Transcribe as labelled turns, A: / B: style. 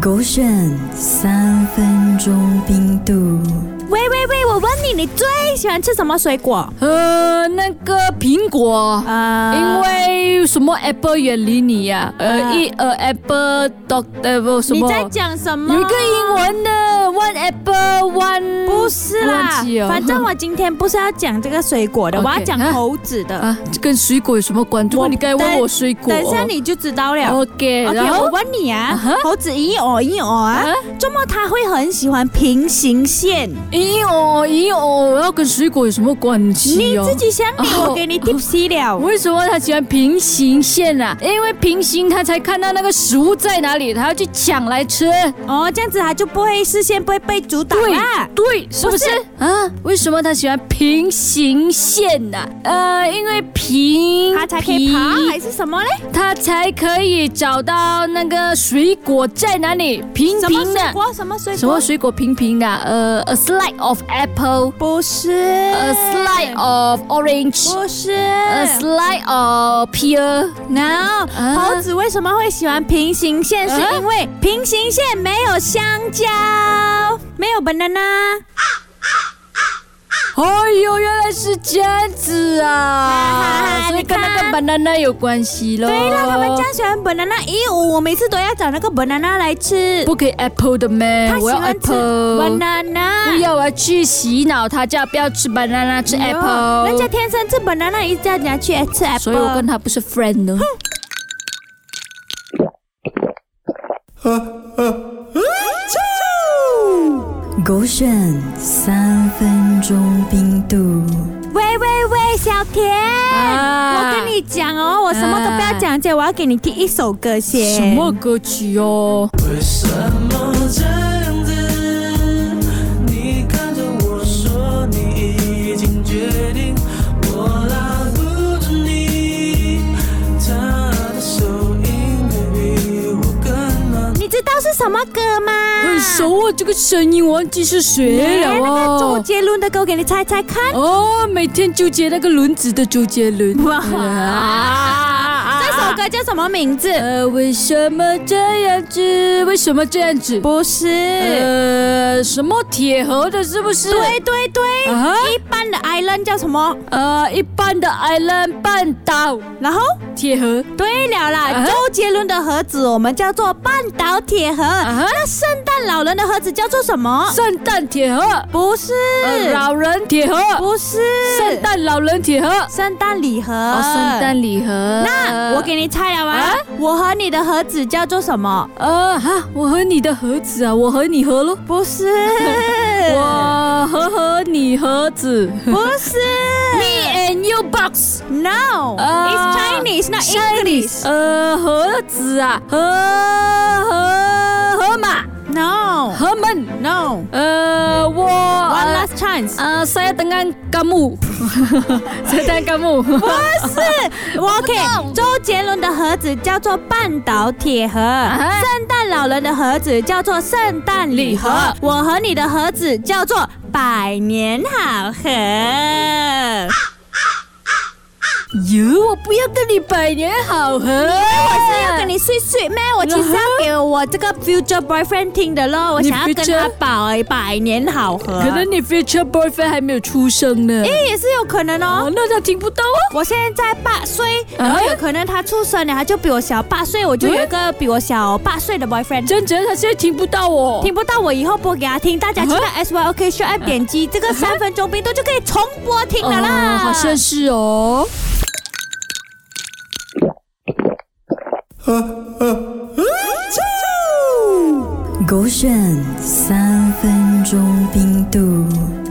A: 狗选三分钟冰度，
B: 喂喂喂，我问你，你最喜欢吃什么水果？
C: 呃，那个苹果，
B: 啊、
C: 因为什么 apple 远离你呀、呃，一呃 apple dog 呃不什
B: 你
C: 么，
B: 在讲啊什么？
C: 有一个英文的 one apple one，
B: 不是啦
C: 忘记，了
B: 反正我今天不是要讲这个水果的，
C: OK，
B: 我要讲猴子的。
C: 啊，这跟水果有什么关？
B: 我
C: 注？你该问我水果。
B: 等一下你就知道了。
C: OK，然
B: OK，我
C: 后
B: 问你啊
C: 啊哈，
B: 猴子一哦一哦啊，
C: 啊，
B: 怎么它会很喜欢平行线？
C: 咦哦咦哦，然后跟水果有什么关
B: 你
C: 系哦
B: 自？己想你，
C: 哦
B: 我给你 tips 了。
C: 为什么他喜欢平行线啊？因为平行他才看到那个食物在哪里，他要去抢来吃。
B: 哦，这样子它就不会视线不会被阻挡
C: 对
B: 啦。
C: 对，是不是啊？为什么他喜欢平行线呢、呃，因为平
B: 它才可以爬还是什么嘞？
C: 他才可以找到那个水果在哪里，平
B: 什么
C: 平
B: 水
C: 的。
B: 果？什么水
C: 什么
B: 果？
C: 水果平平的？呃，a slice of apple。
B: 不是。
C: A slice of orange,
B: 不是。
C: a slice of pear。
B: 哎 No，、
C: 啊
B: 猴子为什么会喜欢平行线？是
C: 啊
B: 因为平行线没有香蕉，没有 banana。
C: 哦哎呦，原来是这样子
B: 哈
C: 啊
B: 哈！
C: 所以跟那
B: 你
C: 个 banana 有关系咯。
B: 对了，他们这样喜欢 banana，咦，我每次都要找那个 banana 来吃。
C: 不可以 apple 的咩
B: 他？喜
C: 我要
B: 欢吃
C: apple。不
B: banana。
C: 要，我要去洗脑他，叫不要吃 banana，吃
B: 哎呦
C: apple。
B: 人家天生吃 banana，一直叫人家去吃 apple。
C: 所以我跟他不是 friend 哦呢。
A: 狗选三分钟冰度，
B: 喂喂喂，小田。我
C: 啊
B: 跟你讲哦，我什么都不要讲，姐，我要给你听一首歌先。
C: 什么歌曲哦？
D: 为什么这样子？你看着我说你已经决定，我拉不住你。他的手应该比我更忙。
B: 你知道是什么歌吗？
C: 很熟啊，这个声音忘记是谁了
B: 哎那个周
C: 哦。
B: 杰伦的歌，给你猜猜看。
C: 哦，每天纠结那个轮子的周杰伦。
B: 哇
C: 啊
B: 这首歌叫什么名字？
C: 呃，为什么这样子？为什么这样子？
B: 不是，
C: 呃，什么铁盒的，是不是？
B: 对对对，
C: 啊哈
B: 一般的 island 叫什么？
C: 呃，一般的 Ah, island Lah, 半岛
B: 然后
C: 铁盒。
B: 对了啦，
C: 啊哈
B: 周杰伦的盒子我们叫做半岛铁盒，
C: 哈
B: 那圣诞老人的盒子叫做什么？
C: 啊圣诞铁盒，
B: 不是，
C: 呃老人铁盒，
B: 不是，
C: 圣诞老人铁盒，
B: 圣诞礼盒，
C: 哦，圣诞礼盒。
B: 那我给你猜了啊
C: 啊，
B: 我和你的盒子叫做什么？
C: 呃哈，我和你的盒子啊，我和你盒咯，
B: 不是，
C: 我和和你盒子。
B: 不是
C: Me and you box，
B: ，No，it's
C: 啊
B: Chinese not English。
C: 呃，盒子啊，盒盒盒马，
B: No.
C: 盒们。
B: No.
C: 呃，我
B: One
C: 呃
B: last chance.
C: 呃，saya Ah, dengan kamu，saya dengan kamu。
B: 是我
C: oh,
B: OK。周杰伦的盒子叫做半岛铁盒，
C: 哈
B: 圣诞老人的盒子叫做圣诞礼盒
C: Uh-huh. 礼盒，
B: 我和你的盒子叫做百年好合。
C: 哟，我不要跟你百年好合。
B: 我是要跟你睡睡咩？我其实要给我这个 future boyfriend 听的咯，我
C: 你
B: 想要跟
C: future？
B: 他保百年好合。
C: 可能你 future boyfriend 还没有出生呢。
B: 诶也是有可能哦。
C: 哦，那他听不到啊。
B: 我现在八岁，然后有可能他出生了，他就比我小八岁，我就有一个比我小八岁的 boyfriend。
C: 真真他现在听不到哦。
B: 听不到我以后播给他听，
C: 啊
B: 大家哎去到 S Y O K Show App 点击这个三分钟冰冻就可以重播听了啦。
C: 哦好像是哦。
A: 狗选三分钟冰度。